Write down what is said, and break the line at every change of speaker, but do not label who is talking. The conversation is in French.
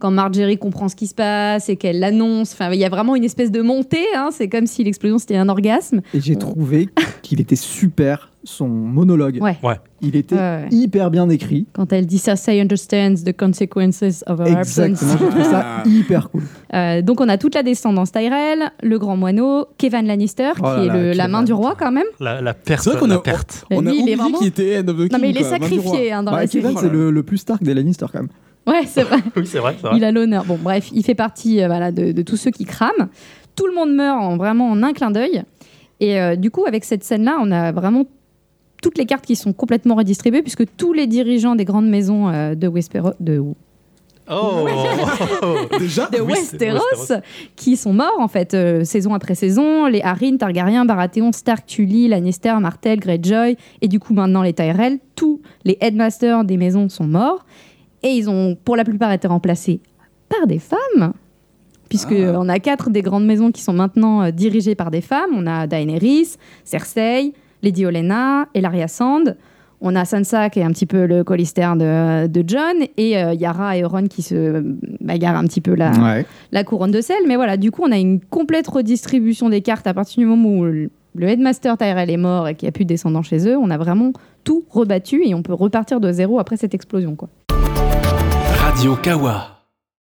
quand Marjorie comprend ce qui se passe et qu'elle l'annonce. Enfin, il y a vraiment une espèce de montée. hein. C'est comme si l'explosion c'était un orgasme.
Et j'ai trouvé qu'il était super son monologue.
Ouais.
Ouais.
Il était
Ouais, ouais.
hyper bien écrit.
Quand elle dit ça, I understands the consequences of our absence.
Exactement, j'ai trouvé ça hyper cool.
Euh, donc on a toute la descendance Tyrell, le grand moineau, Kevin Lannister,
Oh là
qui est
là,
le- la
Kevan.
main du roi quand même.
La, la perte.
C'est vrai qu'on
la
a-
perte.
Euh,
On
lui,
a
il est
oublié
vraiment-
qu'il était End of the King.
Non mais il est
quoi, main du roi.
sacrifié hein, dans
Bah,
la série.
Kevin, c'est le, le plus Stark des Lannister quand même.
Ouais, c'est vrai.
Oui, c'est vrai. c'est vrai.
Il a l'honneur. Bon, bref, il fait partie euh, voilà, de, de tous ceux qui crament. Tout le monde meurt en, vraiment en un clin d'œil. Et euh, du coup, avec cette scène-là, on a vraiment toutes les cartes qui sont complètement redistribuées, puisque tous les dirigeants des grandes maisons euh, de, Westpero- de,
Oh
Déjà
de
Ah oui, c'est-
Westeros,
Westeros.
qui sont morts, en fait, euh, saison après saison. Les Harryn, Targaryen, Baratheon, Stark, Tully, Lannister, Martel, Greyjoy, et du coup, maintenant, les Tyrell. Tous les headmasters des maisons sont morts. Et ils ont, pour la plupart, été remplacés par des femmes. Puisque euh, on a quatre des grandes maisons qui sont maintenant euh, dirigées par des femmes. On a Daenerys, Cersei, Lady Olenna, Elaria Sand. On a Sansa qui est un petit peu le colistère de, de John et euh, Yara et Euron qui se bagarrent un petit peu là
Ouais.
la couronne de sel. Mais voilà, du coup, on a une complète redistribution des cartes à partir du moment où le le headmaster Tyrell est mort et qu'il n'y a plus de descendants chez eux. On a vraiment tout rebattu et on peut repartir de zéro après cette explosion. Quoi.
Radio Kawa.